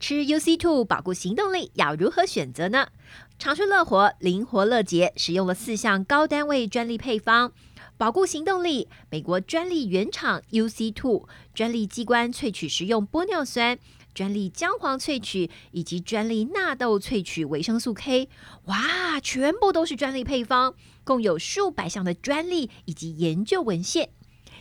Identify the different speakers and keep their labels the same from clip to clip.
Speaker 1: UC Two 保固行动力要如何选择呢？长春乐活灵活乐捷使用了四项高单位专利配方，保固行动力、美国专利原厂 UC Two 专利机关萃取食用玻尿酸。专利姜黄萃取以及专利纳豆萃取维生素 K，哇，全部都是专利配方，共有数百项的专利以及研究文献。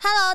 Speaker 2: Hello，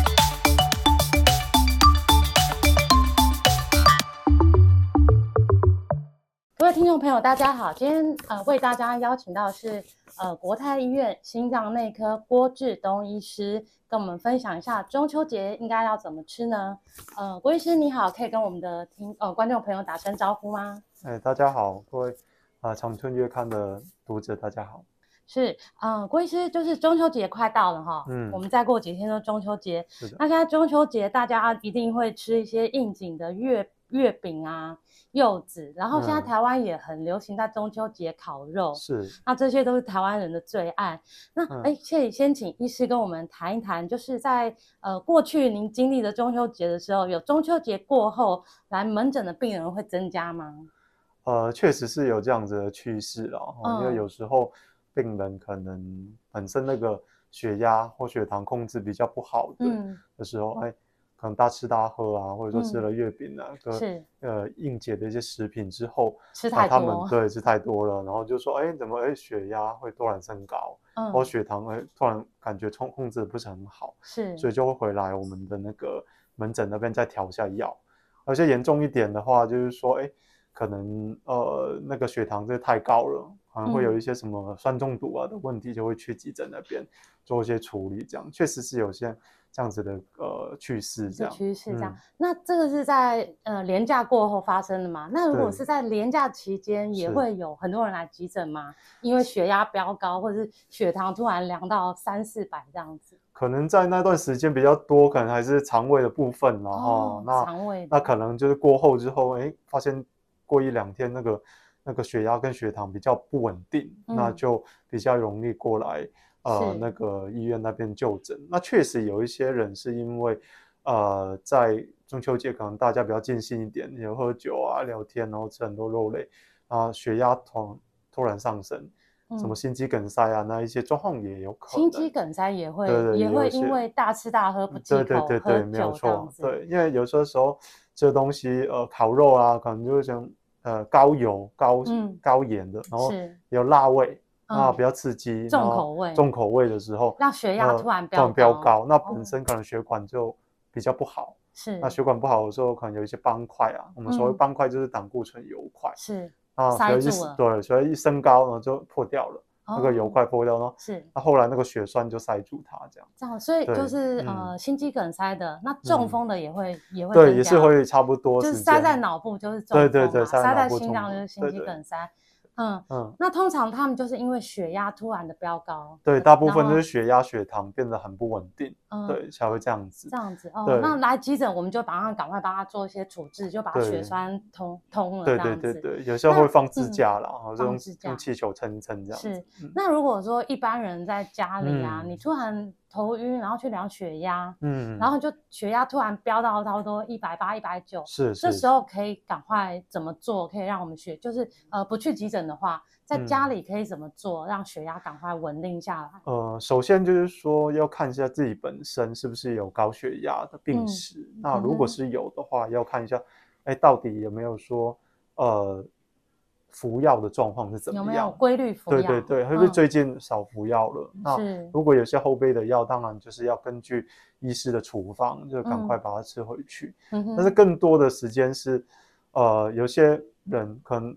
Speaker 3: 各位听众朋友，大家好，今天呃为大家邀请到是呃国泰医院心脏内科郭志东医师，跟我们分享一下中秋节应该要怎么吃呢？呃，郭医师你好，可以跟我们的听呃观众朋友打声招呼吗？
Speaker 4: 哎，大家好，各位啊，呃长春月刊的读者，大家好。
Speaker 3: 是，呃，郭医师就是中秋节快到了哈，
Speaker 4: 嗯
Speaker 3: 我们再过几天就中秋节
Speaker 4: 是的，
Speaker 3: 那现在中秋节大家一定会吃一些应景的月月饼啊、柚子，然后现在
Speaker 4: 嗯
Speaker 3: 台湾也很流行在中秋节烤肉，
Speaker 4: 是，
Speaker 3: 那啊这些都是台湾人的最爱。那
Speaker 4: 嗯
Speaker 3: 哎，可以先请医师跟我们谈一谈，就是在呃过去您经历的中秋节的时候，有中秋节过后来门诊的病人会增加吗？
Speaker 4: 呃，确实是有这样子的趋势啦，哦因
Speaker 3: 嗯
Speaker 4: 为有时候病人可能本身那个血压或血糖控制比较不好的
Speaker 3: 嗯，
Speaker 4: 的时候，哎，可能大吃大喝啊，或者说吃
Speaker 3: 嗯
Speaker 4: 了月饼啊，跟
Speaker 3: 是
Speaker 4: 呃应节的一些食品之后，
Speaker 3: 吃
Speaker 4: 那
Speaker 3: 太
Speaker 4: 他们
Speaker 3: 多，
Speaker 4: 对吃太多了，然后就说，哎，怎么哎血压会突然升高，
Speaker 3: 嗯
Speaker 4: 或，血糖哎突然感觉控控制得不是很好。
Speaker 3: 是，
Speaker 4: 所以就会回来我们的那个门诊那边再调一下药。而且严重一点的话，就是说，哎，可能呃那个血糖这太高了，可能会有
Speaker 3: 嗯
Speaker 4: 一些什么酸中毒啊的问题，就会去急诊那边做一些处理。这样确实是有些这样子的呃趋势，这
Speaker 3: 这
Speaker 4: 样
Speaker 3: 趋势这样
Speaker 4: 嗯。
Speaker 3: 那这个是在呃廉假过后发生的嘛？那如果
Speaker 4: 对
Speaker 3: 是在廉假期间，也
Speaker 4: 是
Speaker 3: 会有很多人来急诊吗？因为血压飙高，或者是血糖突然量到三四百这样子。
Speaker 4: 可能在那段时间比较多，可能还是肠胃的部分，然后、哦那
Speaker 3: 哦肠胃
Speaker 4: 那
Speaker 3: 的
Speaker 4: 可能就是过后之后，哎，发现过一两天那个那个血压跟血糖比较不稳定，那
Speaker 3: 嗯
Speaker 4: 就比较容易过来呃
Speaker 3: 是
Speaker 4: 那个医院那边就诊。那确实有一些人是因为呃在中秋节可能大家比较尽兴一点，有喝酒啊、聊天，然后吃很多肉类，啊血压突突然上升，什么
Speaker 3: 嗯
Speaker 4: 心肌梗塞啊，那一些状况也有可能。
Speaker 3: 心肌梗塞也会
Speaker 4: 对对
Speaker 3: 也
Speaker 4: 也
Speaker 3: 会
Speaker 4: 有
Speaker 3: 因
Speaker 4: 些嗯
Speaker 3: 为大吃大喝不忌口，
Speaker 4: 对对对
Speaker 3: 喝
Speaker 4: 对，没有
Speaker 3: 酒这样
Speaker 4: 错，
Speaker 3: 子，
Speaker 4: 对，因为有些时候吃的东西，呃，烤肉啊，可能就是像呃高油、高、
Speaker 3: 嗯
Speaker 4: 高盐的，然后
Speaker 3: 是
Speaker 4: 有辣味，啊，
Speaker 3: 嗯
Speaker 4: 比较刺激，
Speaker 3: 重
Speaker 4: 然后
Speaker 3: 口味
Speaker 4: 重口味的时候，
Speaker 3: 让血压
Speaker 4: 呃
Speaker 3: 突然
Speaker 4: 突然飙
Speaker 3: 飙高
Speaker 4: 高，那
Speaker 3: 哦
Speaker 4: 本身可能血管就比较不好，
Speaker 3: 是
Speaker 4: 那血管不好的时候，可能有一些斑块啊，我们所谓
Speaker 3: 嗯
Speaker 4: 斑块就是胆固醇油块，
Speaker 3: 是
Speaker 4: 啊，
Speaker 3: 塞
Speaker 4: 所以一
Speaker 3: 住
Speaker 4: 升
Speaker 3: 了
Speaker 4: 对，所以一升高，然后就破掉了，那个油
Speaker 3: 哦
Speaker 4: 块破掉，然后
Speaker 3: 是
Speaker 4: 那后来那个血栓就塞住它这样。
Speaker 3: 这样，所以就
Speaker 4: 对
Speaker 3: 是
Speaker 4: 嗯
Speaker 3: 呃心肌梗塞的，那中
Speaker 4: 嗯
Speaker 3: 风的也会也会
Speaker 4: 对，
Speaker 3: 增
Speaker 4: 也是
Speaker 3: 加
Speaker 4: 会差不多
Speaker 3: 就
Speaker 4: 时
Speaker 3: 是
Speaker 4: 间。
Speaker 3: 塞在脑部就是中
Speaker 4: 对对
Speaker 3: 风
Speaker 4: 对
Speaker 3: 嘛
Speaker 4: 塞在
Speaker 3: 塞
Speaker 4: 脑
Speaker 3: 在
Speaker 4: 部
Speaker 3: 心
Speaker 4: 中
Speaker 3: 脏
Speaker 4: 风
Speaker 3: 就是心
Speaker 4: 对
Speaker 3: 肌
Speaker 4: 对
Speaker 3: 梗塞，嗯。
Speaker 4: 嗯，
Speaker 3: 那通常他们就是因为血压突然的飙高，
Speaker 4: 对，大部分都是
Speaker 3: 是
Speaker 4: 血压、血糖变得很不稳定，
Speaker 3: 嗯
Speaker 4: 对，才会这样子
Speaker 3: 这。样子哦
Speaker 4: 对。
Speaker 3: 那来急诊我们就马上赶快帮他做一些处置，就把血
Speaker 4: 对
Speaker 3: 栓通通了这
Speaker 4: 对
Speaker 3: 样
Speaker 4: 对
Speaker 3: 子。
Speaker 4: 对对，有时候
Speaker 3: 那
Speaker 4: 会放支
Speaker 3: 嗯
Speaker 4: 架啦，然后就
Speaker 3: 放
Speaker 4: 用
Speaker 3: 支架
Speaker 4: 用气球撑一撑这样子。
Speaker 3: 是
Speaker 4: 嗯，
Speaker 3: 那如果说一般人在家里啊，
Speaker 4: 嗯
Speaker 3: 你突然头晕，然后去量血压，
Speaker 4: 嗯，
Speaker 3: 然后就血压突然飙到差不多一百八、一百九，
Speaker 4: 是
Speaker 3: 这
Speaker 4: 是
Speaker 3: 时候可以赶快怎么做，可以让我们血就是呃不去急诊的话，在家
Speaker 4: 嗯
Speaker 3: 里可以怎么做，让血压赶快稳定下来？
Speaker 4: 呃，首先就是说要看一下自己本身是不是有高血压的病
Speaker 3: 嗯
Speaker 4: 史。那
Speaker 3: 嗯
Speaker 4: 如
Speaker 3: 哼
Speaker 4: 果是有的话，要看一下，哎，到底有没有说呃服药的状况是怎
Speaker 3: 有
Speaker 4: 么
Speaker 3: 没有
Speaker 4: 样。
Speaker 3: 规律服
Speaker 4: 对
Speaker 3: 药？
Speaker 4: 对对，会不会
Speaker 3: 嗯
Speaker 4: 最近啊少服药了？那
Speaker 3: 是
Speaker 4: 如果有些后备的药，当然就是要根据医师的处方，就赶
Speaker 3: 嗯
Speaker 4: 快把它吃回去。
Speaker 3: 嗯
Speaker 4: 但是
Speaker 3: 哼，
Speaker 4: 更多的时间是，呃，有些人可能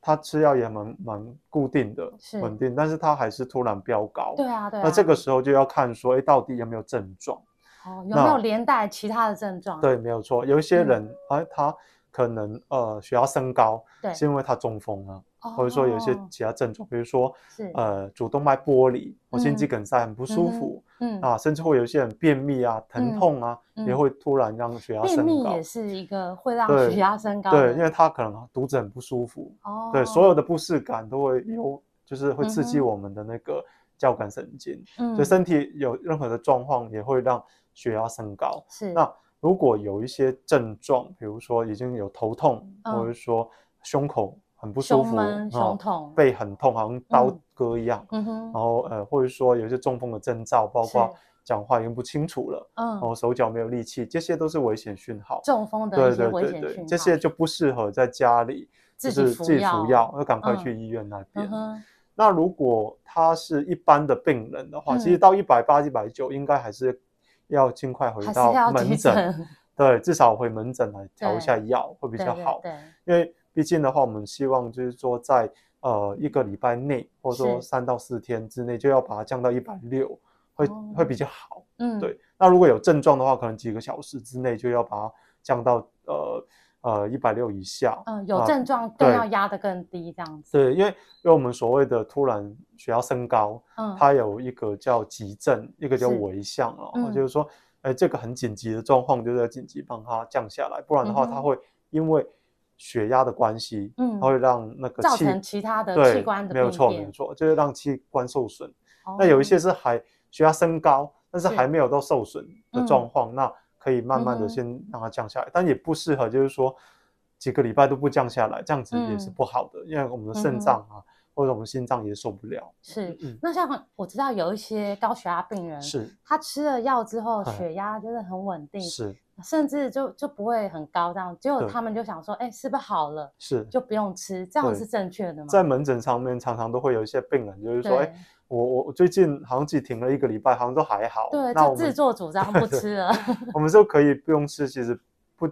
Speaker 4: 他吃药也蛮蛮固定的、
Speaker 3: 是
Speaker 4: 稳定，但是他还是突然飙高。
Speaker 3: 对啊对啊。
Speaker 4: 那这个时候就要看说，哎，到底有没有症状？
Speaker 3: 哦，有没有
Speaker 4: 那
Speaker 3: 连带其他的症状？啊
Speaker 4: 对，没有错。有一些
Speaker 3: 嗯
Speaker 4: 人，哎、他可能呃血压升高，
Speaker 3: 对
Speaker 4: 是因为他中风了、
Speaker 3: 哦，
Speaker 4: 或者说有一些其他症状，比如说
Speaker 3: 是
Speaker 4: 呃主动脉剥离或心肌
Speaker 3: 嗯
Speaker 4: 梗塞很不舒服、
Speaker 3: 嗯
Speaker 4: 啊，甚至会有一些人便秘啊、
Speaker 3: 嗯
Speaker 4: 疼痛啊，也
Speaker 3: 嗯
Speaker 4: 会突然让血压
Speaker 3: 便秘
Speaker 4: 升高
Speaker 3: 也。是一个会让
Speaker 4: 对
Speaker 3: 血压升高的。
Speaker 4: 对，因为他可能肚子很不舒服，
Speaker 3: 哦，
Speaker 4: 对，所有的不适感都会有，就是会刺激
Speaker 3: 嗯哼
Speaker 4: 我们的那个交感神经，
Speaker 3: 嗯
Speaker 4: 所以身体有任何的状况也会让血压升高。
Speaker 3: 是
Speaker 4: 那如果有一些症状，比如说已经有头痛，
Speaker 3: 嗯
Speaker 4: 或者说胸口很不舒
Speaker 3: 胸
Speaker 4: 服，
Speaker 3: 闷、
Speaker 4: 然后
Speaker 3: 胸痛，
Speaker 4: 背很痛，好像刀
Speaker 3: 嗯
Speaker 4: 割一样，
Speaker 3: 嗯哼，
Speaker 4: 然后呃，或者说有一些中风的征兆，包括哦
Speaker 3: 是
Speaker 4: 讲话已经不清楚了，
Speaker 3: 嗯
Speaker 4: 然，后手脚没有力气，这些都是危险讯号。
Speaker 3: 中风的一
Speaker 4: 对
Speaker 3: 些
Speaker 4: 对
Speaker 3: 危
Speaker 4: 对
Speaker 3: 险讯
Speaker 4: 对，
Speaker 3: 号，
Speaker 4: 这些就不适合在家里就
Speaker 3: 自己
Speaker 4: 是
Speaker 3: 服
Speaker 4: 自己服
Speaker 3: 药
Speaker 4: 药，要赶快
Speaker 3: 嗯
Speaker 4: 去医院那边
Speaker 3: 嗯。哼，
Speaker 4: 那如果他是一般的病人的话，其实
Speaker 3: 嗯
Speaker 4: 到一百八、一百九，应该还是要尽快回
Speaker 3: 还是
Speaker 4: 到
Speaker 3: 要
Speaker 4: 门
Speaker 3: 急
Speaker 4: 诊，
Speaker 3: 诊，
Speaker 4: 对，至少回门诊来调
Speaker 3: 对
Speaker 4: 一下药会比
Speaker 3: 比
Speaker 4: 较好，
Speaker 3: 对，
Speaker 4: 因为毕竟的话，我们希望就是说在呃一个礼拜内，或者
Speaker 3: 是
Speaker 4: 说三到四天之内，就要把它降到一百六，会
Speaker 3: 哦
Speaker 4: 会比较好。
Speaker 3: 嗯，
Speaker 4: 对，那如果有症状的话，可能几个小时之内就要把它降到呃呃一百六以下。
Speaker 3: 嗯，有
Speaker 4: 啊
Speaker 3: 症状更
Speaker 4: 对
Speaker 3: 要压得更低，这样子，
Speaker 4: 对，因为因为我们所谓的突然血压升高，
Speaker 3: 嗯，
Speaker 4: 它有一个叫急症，一个叫
Speaker 3: 是
Speaker 4: 危项哦，
Speaker 3: 嗯
Speaker 4: 就是说，哎，这个很紧急的状况，就是要紧急帮它降下来，不然的话，
Speaker 3: 嗯
Speaker 4: 它
Speaker 3: 哼
Speaker 4: 会因为血压的关系，
Speaker 3: 嗯
Speaker 4: 它会让那个
Speaker 3: 造
Speaker 4: 气
Speaker 3: 成其他的
Speaker 4: 对
Speaker 3: 器官的
Speaker 4: 没有
Speaker 3: 病
Speaker 4: 错，没
Speaker 3: 变
Speaker 4: 有错，就是让器官受损。
Speaker 3: 哦
Speaker 4: 那有一些是还血压升高，但是
Speaker 3: 是嗯
Speaker 4: 还没有到受损的状况，那可以慢慢
Speaker 3: 嗯哼
Speaker 4: 的先让它降下来，但也不适合就是说几个礼拜都不降下来，这样子也是
Speaker 3: 嗯
Speaker 4: 不好的，因为我们的
Speaker 3: 嗯哼
Speaker 4: 肾脏啊、或者我们心脏也受不了。
Speaker 3: 是。
Speaker 4: 嗯，
Speaker 3: 那像我知道有一些高血压病人，
Speaker 4: 是
Speaker 3: 他吃了药之后
Speaker 4: 哎
Speaker 3: 血压就是很稳定，
Speaker 4: 是
Speaker 3: 甚至就就不会很高这样。结果
Speaker 4: 对
Speaker 3: 他们就想说，哎，是不是好了
Speaker 4: 是，
Speaker 3: 就不用吃？这样
Speaker 4: 对
Speaker 3: 是正确的吗？
Speaker 4: 在门诊上面常常都会有一些病人就是说，哎
Speaker 3: 对，
Speaker 4: 我我我最近好像自己停了一个礼拜，好像都还好，
Speaker 3: 对，
Speaker 4: 那
Speaker 3: 就
Speaker 4: 我
Speaker 3: 自
Speaker 4: 们
Speaker 3: 作 主张不吃 了。
Speaker 4: 我们就可以不用吃，其实不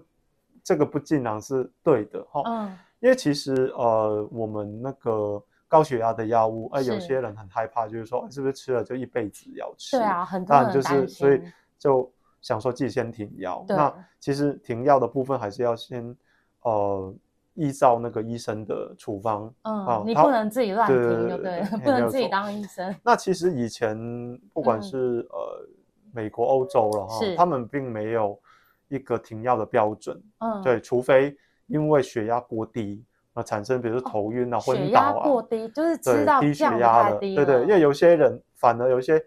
Speaker 4: 这个不尽然是对的哈。
Speaker 3: 嗯，
Speaker 4: 因为其实呃，我们那个高血压的药物，呃，有
Speaker 3: 是
Speaker 4: 些人很害怕，就是说哎是不是吃了就一辈子要吃？
Speaker 3: 对啊，，很多
Speaker 4: 当
Speaker 3: 人
Speaker 4: 然就
Speaker 3: 担
Speaker 4: 是所以
Speaker 3: 心
Speaker 4: 就想说自己先停药。
Speaker 3: 对
Speaker 4: 那其实停药的部分还是要先呃依照那个医生的处方。啊
Speaker 3: 嗯，你
Speaker 4: 他
Speaker 3: 不能自己乱
Speaker 4: 对
Speaker 3: 听，对
Speaker 4: 对对
Speaker 3: 不
Speaker 4: 对
Speaker 3: 对
Speaker 4: 对？
Speaker 3: 不
Speaker 4: 没
Speaker 3: 能
Speaker 4: 有
Speaker 3: 自己
Speaker 4: 错
Speaker 3: 当医生。
Speaker 4: 那其实以前不管
Speaker 3: 嗯
Speaker 4: 是、呃美国、欧洲了哈
Speaker 3: 是，
Speaker 4: 他们并没有一个停药的标准。
Speaker 3: 嗯，
Speaker 4: 对，除非因为血压过低而产生，比如说头晕啊、
Speaker 3: 哦血
Speaker 4: 昏倒
Speaker 3: 压
Speaker 4: 啊，
Speaker 3: 过低就是知
Speaker 4: 对
Speaker 3: 道
Speaker 4: 低血
Speaker 3: 降得
Speaker 4: 压
Speaker 3: 太
Speaker 4: 的，
Speaker 3: 低
Speaker 4: 对对，因为有些人反而有一些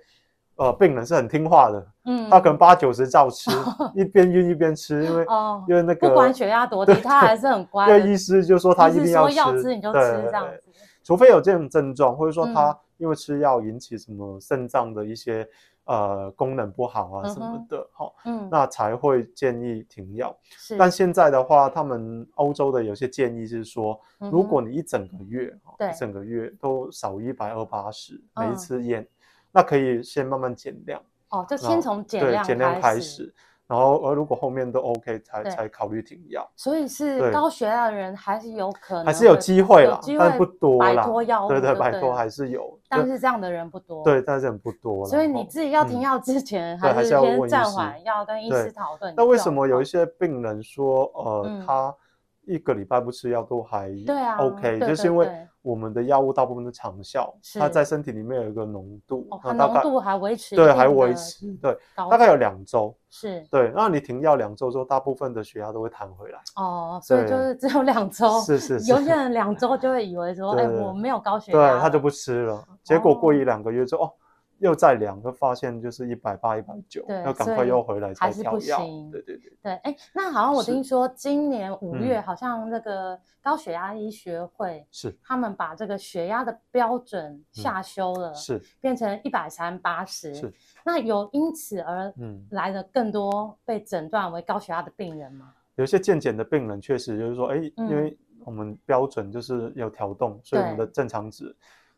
Speaker 4: 呃病人是很听话的，
Speaker 3: 嗯，
Speaker 4: 他可能八九十照 吃，一边晕一边吃，因为
Speaker 3: 哦
Speaker 4: 因为那个
Speaker 3: 不管血压多低，他还是很乖
Speaker 4: 因
Speaker 3: 的。
Speaker 4: 为医师就说他
Speaker 3: 医
Speaker 4: 一
Speaker 3: 师
Speaker 4: 定要
Speaker 3: 说
Speaker 4: 吃，
Speaker 3: 要吃你就吃
Speaker 4: 对
Speaker 3: 这样
Speaker 4: 对
Speaker 3: 子
Speaker 4: 除非有这种症状，或者说他
Speaker 3: 嗯
Speaker 4: 因为吃药引起什么肾脏的一些呃功能不好啊什
Speaker 3: 嗯
Speaker 4: 么
Speaker 3: 哼
Speaker 4: 的，哈、
Speaker 3: 嗯，
Speaker 4: 那才会建议停药。
Speaker 3: 是，
Speaker 4: 但现在的话，他们欧洲的有些建议是说，
Speaker 3: 嗯
Speaker 4: 如
Speaker 3: 哼
Speaker 4: 果你一整个月，哦
Speaker 3: 对
Speaker 4: 一整个月都少于一百二八十每
Speaker 3: 嗯
Speaker 4: 一次验，那可以先慢慢减量，
Speaker 3: 哦，就
Speaker 4: 然
Speaker 3: 先
Speaker 4: 后
Speaker 3: 从减
Speaker 4: 对
Speaker 3: 量
Speaker 4: 减量开
Speaker 3: 始。
Speaker 4: 始，然后呃如果后面都 OK 才
Speaker 3: 对
Speaker 4: 才考虑停药，
Speaker 3: 所以是
Speaker 4: 对
Speaker 3: 高血压的人还是有可能
Speaker 4: 还是有
Speaker 3: 会
Speaker 4: 机会
Speaker 3: 有
Speaker 4: 啦
Speaker 3: 机，
Speaker 4: 但
Speaker 3: 会
Speaker 4: 不多
Speaker 3: 摆
Speaker 4: 啦
Speaker 3: 脱药，
Speaker 4: 对
Speaker 3: 物
Speaker 4: 对，
Speaker 3: 就
Speaker 4: 摆
Speaker 3: 哦对
Speaker 4: 脱
Speaker 3: 了
Speaker 4: 还是有，
Speaker 3: 但
Speaker 4: 就是
Speaker 3: 这样的人不多。
Speaker 4: 对，但是很不多了。
Speaker 3: 所以你
Speaker 4: 哦
Speaker 3: 自己要
Speaker 4: 嗯
Speaker 3: 停药之前，
Speaker 4: 对还
Speaker 3: 是
Speaker 4: 是要
Speaker 3: 先
Speaker 4: 问医
Speaker 3: 暂
Speaker 4: 师
Speaker 3: 缓，要跟医
Speaker 4: 对
Speaker 3: 师讨论。
Speaker 4: 那为什么有一
Speaker 3: 些
Speaker 4: 些病人说，呃，
Speaker 3: 嗯
Speaker 4: 他一个礼拜不吃药都还
Speaker 3: 对啊
Speaker 4: OK，
Speaker 3: 对
Speaker 4: 就是
Speaker 3: 对
Speaker 4: 因为
Speaker 3: 对
Speaker 4: 我们的药物大部分都长效，它在
Speaker 3: 是
Speaker 4: 身体里面有一个浓度，
Speaker 3: 哦，它
Speaker 4: 那啊大
Speaker 3: 浓
Speaker 4: 概
Speaker 3: 度还维持一
Speaker 4: 对，还
Speaker 3: 定
Speaker 4: 维
Speaker 3: 的
Speaker 4: 持对，
Speaker 3: 高
Speaker 4: 大概有
Speaker 3: 度
Speaker 4: 两周，
Speaker 3: 是
Speaker 4: 对，那你停药两周之后，大部分的血压都会弹回来，
Speaker 3: 哦，所以就
Speaker 4: 对
Speaker 3: 是只有两周，
Speaker 4: 是是是
Speaker 3: 哦有些人两周就会以为说，哎，
Speaker 4: 对
Speaker 3: 我没有高血
Speaker 4: 对
Speaker 3: 压了，，
Speaker 4: 他就不吃了，结果过
Speaker 3: 哦
Speaker 4: 一两个月之后，哦，又再量，就发现就是一百八、一百九，
Speaker 3: 对
Speaker 4: 要赶
Speaker 3: 所
Speaker 4: 快
Speaker 3: 以
Speaker 4: 又回来
Speaker 3: 还
Speaker 4: 才
Speaker 3: 是
Speaker 4: 调
Speaker 3: 不
Speaker 4: 药
Speaker 3: 行，
Speaker 4: 对对对。
Speaker 3: 对，哎，那好像我
Speaker 4: 是
Speaker 3: 听说今年五
Speaker 4: 嗯
Speaker 3: 月好像那个高血压医学会，
Speaker 4: 是
Speaker 3: 他们把这个血压的标准下修了，
Speaker 4: 嗯是
Speaker 3: 变成一百三八十
Speaker 4: 是，，
Speaker 3: 那有因此而
Speaker 4: 嗯，
Speaker 3: 来的更多被诊断为高血压的病人吗？
Speaker 4: 有一些健检的病人确实就是说，哎，因
Speaker 3: 嗯
Speaker 4: 为我们标准就是有调动，所以我们
Speaker 3: 对
Speaker 4: 的正常值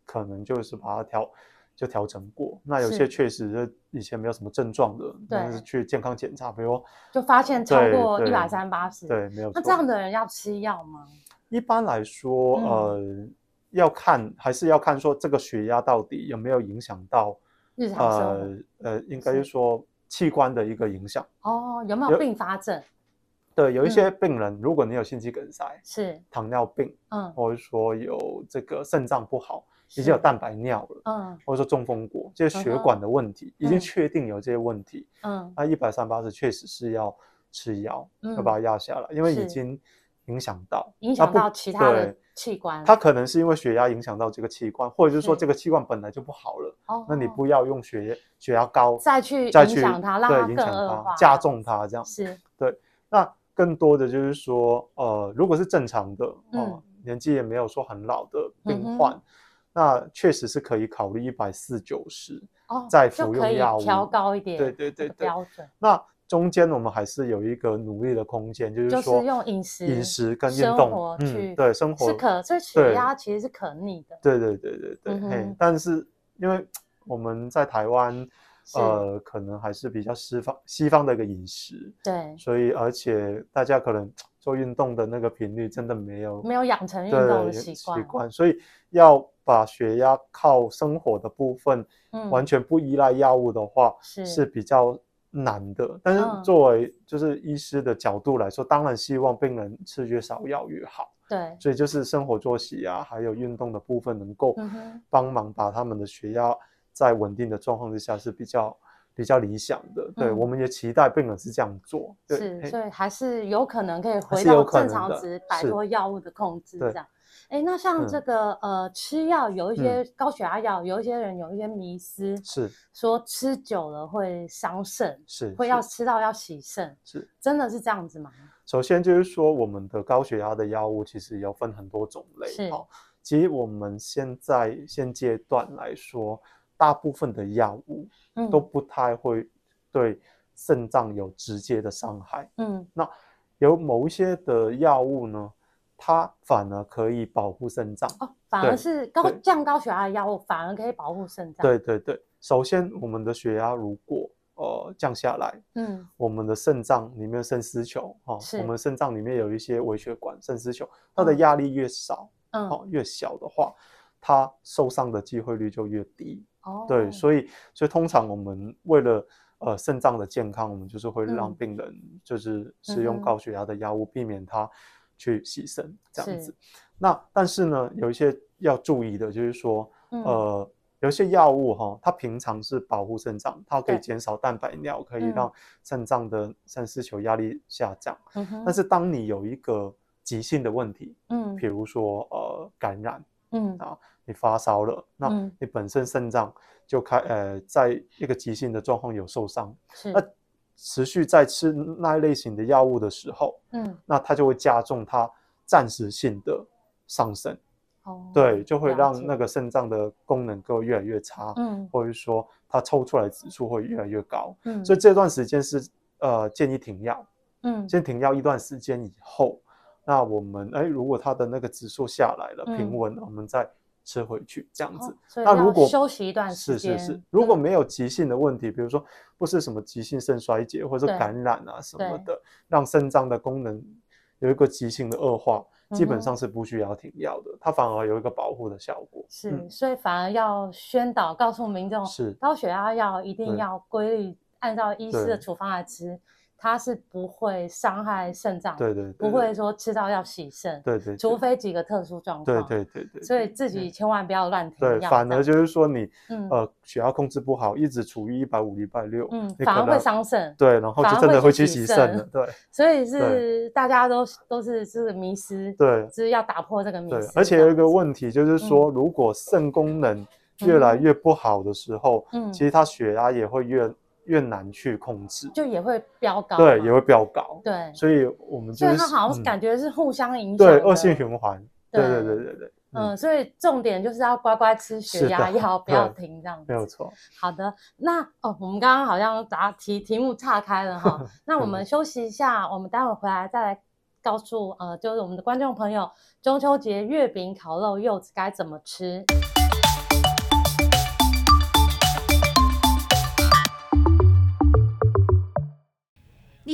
Speaker 4: 可能就是把它调就调整过。那有
Speaker 3: 是
Speaker 4: 些确实是以前没有什么症状的，但是
Speaker 3: 对
Speaker 4: 去健康检查，比如
Speaker 3: 就发现超
Speaker 4: 对
Speaker 3: 过
Speaker 4: 对
Speaker 3: 一百三八十。
Speaker 4: 对没有
Speaker 3: 那这
Speaker 4: 错
Speaker 3: 样的嗯人要吃药吗？
Speaker 4: 一般来说，呃，要看还是要看说这个血压到底有没有影响到
Speaker 3: 日常生活、
Speaker 4: 呃呃，应该
Speaker 3: 是
Speaker 4: 是说器官的一个影响。
Speaker 3: 哦，有没有
Speaker 4: 有
Speaker 3: 并发症？
Speaker 4: 对，有一
Speaker 3: 嗯
Speaker 4: 些病人，如果你有心肌梗塞、
Speaker 3: 是，
Speaker 4: 糖尿病，
Speaker 3: 嗯，
Speaker 4: 或者说有这个肾脏不好，哦已
Speaker 3: 是
Speaker 4: 经有蛋白尿了，
Speaker 3: 嗯
Speaker 4: 或者说中风过，这些血
Speaker 3: 嗯哼
Speaker 4: 管的问题，已经
Speaker 3: 嗯
Speaker 4: 确定有这些问题，
Speaker 3: 嗯，
Speaker 4: 那一百三八十确实是要吃药，要把它
Speaker 3: 嗯
Speaker 4: 压下来，因为
Speaker 3: 是
Speaker 4: 已经影响到
Speaker 3: 影
Speaker 4: 那
Speaker 3: 响
Speaker 4: 不
Speaker 3: 到其他的
Speaker 4: 对
Speaker 3: 器官。
Speaker 4: 它可能是因为血压影响到这个器官，或者是说
Speaker 3: 是
Speaker 4: 这个器官本来就不好了，
Speaker 3: 哦，
Speaker 4: 那你不要用血液血压高
Speaker 3: 再去
Speaker 4: 再
Speaker 3: 影
Speaker 4: 去
Speaker 3: 响它让它
Speaker 4: 对影
Speaker 3: 更
Speaker 4: 响
Speaker 3: 恶
Speaker 4: 它
Speaker 3: 化
Speaker 4: 加重它这样。
Speaker 3: 是，
Speaker 4: 那更多的就是说，呃，如果是正常的，哦、
Speaker 3: 嗯
Speaker 4: 年纪也没有说很老的
Speaker 3: 嗯
Speaker 4: 病
Speaker 3: 哼
Speaker 4: 患，那确实是可以考虑一百四九十。
Speaker 3: 哦，
Speaker 4: 再
Speaker 3: 就
Speaker 4: 服
Speaker 3: 可
Speaker 4: 用
Speaker 3: 以
Speaker 4: 药物
Speaker 3: 调高一点，
Speaker 4: 对对对对
Speaker 3: 标准
Speaker 4: 那中间我们还是有一个努力的空间，就是
Speaker 3: 就是
Speaker 4: 说
Speaker 3: 用饮食
Speaker 4: 饮食跟运
Speaker 3: 生
Speaker 4: 动
Speaker 3: 活，去
Speaker 4: 嗯，对，生活
Speaker 3: 是可，这血
Speaker 4: 对
Speaker 3: 压其实是可逆的，
Speaker 4: 对对对对对，嘿，
Speaker 3: 嗯哼
Speaker 4: 但是因为我们在台湾，
Speaker 3: 是
Speaker 4: 呃，可能还是比较西方西方的一个饮食，
Speaker 3: 对，
Speaker 4: 所以而且大家可能做运动的那个频率真的没有
Speaker 3: 没有养成运
Speaker 4: 对
Speaker 3: 动的
Speaker 4: 有
Speaker 3: 习
Speaker 4: 习
Speaker 3: 惯，
Speaker 4: 惯，所以要把血压靠生活的部分
Speaker 3: 嗯
Speaker 4: 完全不依赖药物的话，
Speaker 3: 是
Speaker 4: 是比较难的。但
Speaker 3: 嗯
Speaker 4: 是作为就是医师的角度来说，当然希望病人吃越少药越好。
Speaker 3: 对，
Speaker 4: 所以就是生活作息啊，还有运动的部分，能够
Speaker 3: 嗯哼
Speaker 4: 帮忙把他们的血压在稳定的状况之下是比较比较理想的。对，
Speaker 3: 嗯
Speaker 4: 我们也期待病人是这样做。对，
Speaker 3: 是，
Speaker 4: 嘿
Speaker 3: 所以还是有可能可以回
Speaker 4: 是
Speaker 3: 到
Speaker 4: 有可
Speaker 3: 正
Speaker 4: 能
Speaker 3: 常
Speaker 4: 的
Speaker 3: 值，摆
Speaker 4: 是
Speaker 3: 脱药物的控制这
Speaker 4: 对
Speaker 3: 样。哎，那像
Speaker 4: 嗯
Speaker 3: 这个呃，吃药有一些高血压药，有一些人有一些迷思，
Speaker 4: 是
Speaker 3: 说吃久了会伤肾，
Speaker 4: 是
Speaker 3: 会
Speaker 4: 是
Speaker 3: 要吃到要洗肾，
Speaker 4: 是。
Speaker 3: 真的是这样子吗？
Speaker 4: 首先就是说，我们的高血压的药物其实有分很多种类。
Speaker 3: 是
Speaker 4: 好，其实我们现在现阶段来说，大部分的药物
Speaker 3: 嗯
Speaker 4: 都不太会对肾脏有直接的伤害。
Speaker 3: 嗯
Speaker 4: 有某一些的药物呢，它反而可以保护肾脏。
Speaker 3: 哦，反而
Speaker 4: 对
Speaker 3: 是高
Speaker 4: 对
Speaker 3: 降高血压的药物反而可以保护肾脏，，
Speaker 4: 对对对，首先我们的血压如果呃降下来，
Speaker 3: 嗯
Speaker 4: 我们的肾脏里面肾丝球哈、哦
Speaker 3: 是
Speaker 4: 我们肾脏里面有一些微血管肾丝球，它的
Speaker 3: 嗯
Speaker 4: 压力越少、
Speaker 3: 嗯
Speaker 4: 哦越小的话，它受伤的机会率就越低。
Speaker 3: 哦，
Speaker 4: 对，所以所以通常我们为了呃肾脏的健康，我们就是会让
Speaker 3: 嗯
Speaker 4: 病人就是
Speaker 3: 嗯
Speaker 4: 使用
Speaker 3: 哼
Speaker 4: 高血压的药物，避免他去洗肾这样
Speaker 3: 是
Speaker 4: 子。那但是呢，有一些要注意的，就是说
Speaker 3: 嗯
Speaker 4: 呃。有一些药物哈、它平常是保护肾脏，它可以
Speaker 3: 对
Speaker 4: 减少蛋白尿，可以
Speaker 3: 嗯
Speaker 4: 让肾脏的肾丝球压力下降。
Speaker 3: 嗯哼
Speaker 4: 但是当你有一个急性的问题，
Speaker 3: 嗯
Speaker 4: 比如说呃感染，
Speaker 3: 嗯
Speaker 4: 啊，你发烧了，那
Speaker 3: 嗯
Speaker 4: 你本身肾脏就开呃，在一个急性的状况有受伤，
Speaker 3: 是
Speaker 4: 那持续在吃那一类型的药物的时候，
Speaker 3: 嗯
Speaker 4: 那它就会加重它暂时性的上升，
Speaker 3: 哦，
Speaker 4: 对，就会
Speaker 3: 了解
Speaker 4: 让那个肾脏的功能够越来越差，
Speaker 3: 嗯
Speaker 4: 或者说它抽出来的指数会越来越高，
Speaker 3: 嗯，
Speaker 4: 所以这段时间是呃建议停药，
Speaker 3: 嗯
Speaker 4: 先停药一段时间以后，那我们哎，如果它的那个指数下来了，
Speaker 3: 嗯
Speaker 4: 平稳了，我们再吃回去这样子。
Speaker 3: 哦所以
Speaker 4: 那
Speaker 3: 要
Speaker 4: 如果
Speaker 3: 休息一段时
Speaker 4: 是
Speaker 3: 间，嗯
Speaker 4: 是是，如果没有急性的问题，比如说不是什么急性肾衰竭或者
Speaker 3: 对
Speaker 4: 是感染啊什么
Speaker 3: 对
Speaker 4: 的，让肾脏的功能有一个急性的恶化，基
Speaker 3: 嗯哼
Speaker 4: 本上是不需要停药的，它反而有一个保护的效果。
Speaker 3: 是，
Speaker 4: 嗯
Speaker 3: 所以反而要宣导告诉民众，
Speaker 4: 是
Speaker 3: 高血压药一定
Speaker 4: 对
Speaker 3: 要规律按照医师的
Speaker 4: 对
Speaker 3: 处方来吃，它是不会伤害肾脏，
Speaker 4: 对对对，
Speaker 3: 不会说吃到要洗肾，
Speaker 4: 对对，对
Speaker 3: 除非几个特殊状
Speaker 4: 对
Speaker 3: 况，
Speaker 4: 对对对，
Speaker 3: 所以
Speaker 4: 对
Speaker 3: 自己千万不要乱停
Speaker 4: 对，
Speaker 3: 药，
Speaker 4: 反而
Speaker 3: 这
Speaker 4: 就是说你
Speaker 3: 样嗯
Speaker 4: 呃血压控制不好，一直处于一百五、一百六，
Speaker 3: 嗯，
Speaker 4: 你
Speaker 3: 反
Speaker 4: 可
Speaker 3: 而会
Speaker 4: 能
Speaker 3: 伤肾，
Speaker 4: 对，然后
Speaker 3: 反
Speaker 4: 就
Speaker 3: 而
Speaker 4: 真
Speaker 3: 会
Speaker 4: 的会
Speaker 3: 去
Speaker 4: 去
Speaker 3: 洗
Speaker 4: 洗
Speaker 3: 肾
Speaker 4: 肾了。对
Speaker 3: 所以是大家都都是这个迷失，
Speaker 4: 对
Speaker 3: 就是要打破这个迷
Speaker 4: 对
Speaker 3: 失，，
Speaker 4: 而且
Speaker 3: 这
Speaker 4: 有一
Speaker 3: 样
Speaker 4: 个
Speaker 3: 子
Speaker 4: 问题就是说，如果肾功能越来
Speaker 3: 嗯
Speaker 4: 越不好的时候，
Speaker 3: 嗯
Speaker 4: 其实它血压也会越越难去控制，
Speaker 3: 就也会飙高嘛，
Speaker 4: 对，也会飙高。
Speaker 3: 对，
Speaker 4: 所以我们就
Speaker 3: 所以
Speaker 4: 是
Speaker 3: 它好像是
Speaker 4: 嗯
Speaker 3: 感觉是互相影响的，
Speaker 4: 对恶性循环。对对
Speaker 3: 对
Speaker 4: 对对对，
Speaker 3: 嗯，，所以重点就是要乖乖吃血
Speaker 4: 是
Speaker 3: 压
Speaker 4: 的
Speaker 3: 药，不 要
Speaker 4: 对
Speaker 3: 停这样子
Speaker 4: 没。有错。
Speaker 3: 好的，那哦，我们刚刚
Speaker 4: 嗯
Speaker 3: 好像答题题目岔开了哈，那我们休息一下，我们待会回来再来告诉呃，就是我们的观众朋友，中秋节月饼、烤肉、柚子该怎么吃。
Speaker 1: 你